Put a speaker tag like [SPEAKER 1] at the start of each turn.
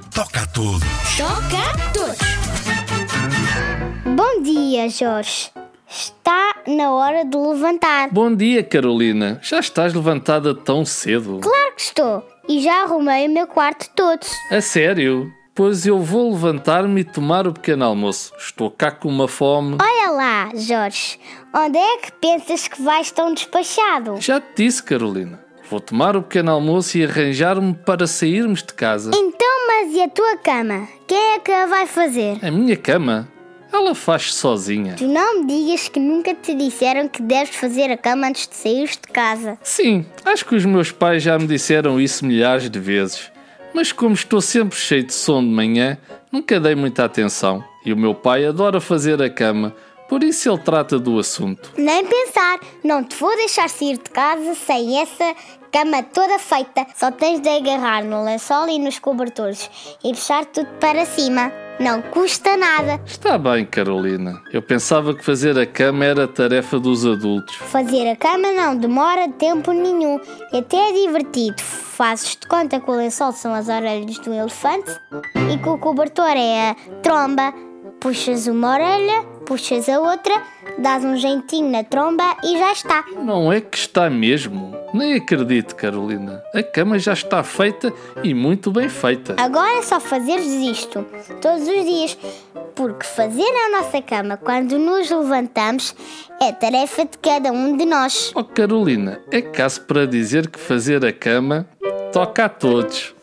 [SPEAKER 1] todos.
[SPEAKER 2] Toca a todos.
[SPEAKER 3] Bom dia, Jorge. Está na hora de levantar.
[SPEAKER 4] Bom dia, Carolina. Já estás levantada tão cedo?
[SPEAKER 3] Claro que estou. E já arrumei o meu quarto todo.
[SPEAKER 4] A sério? Pois eu vou levantar-me e tomar o pequeno almoço. Estou cá com uma fome.
[SPEAKER 3] Olha lá, Jorge. Onde é que pensas que vais tão despachado?
[SPEAKER 4] Já te disse, Carolina. Vou tomar o pequeno almoço e arranjar-me para sairmos de casa.
[SPEAKER 3] Então, mas e a tua cama? Quem é que a vai fazer?
[SPEAKER 4] A minha cama, ela faz sozinha.
[SPEAKER 3] Tu não me digas que nunca te disseram que deves fazer a cama antes de saíres de casa.
[SPEAKER 4] Sim, acho que os meus pais já me disseram isso milhares de vezes. Mas como estou sempre cheio de sono de manhã, nunca dei muita atenção. E o meu pai adora fazer a cama, por isso ele trata do assunto.
[SPEAKER 3] Nem pensar, não te vou deixar sair de casa sem essa cama toda feita. Só tens de agarrar no lençol e nos cobertores e puxar tudo para cima. Não custa nada.
[SPEAKER 4] Está bem, Carolina. Eu pensava que fazer a cama era tarefa dos adultos.
[SPEAKER 3] Fazer a cama não demora tempo nenhum e até é divertido. Fazes de conta que o lençol são as orelhas do elefante e que o cobertor é a tromba. Puxas uma orelha, puxas a outra, dás um jeitinho na tromba e já está.
[SPEAKER 4] Não é que está mesmo. Nem acredito, Carolina. A cama já está feita e muito bem feita.
[SPEAKER 3] Agora é só fazeres isto todos os dias, porque fazer a nossa cama quando nos levantamos é tarefa de cada um de nós.
[SPEAKER 4] Oh, Carolina, é caso para dizer que fazer a cama toca a todos.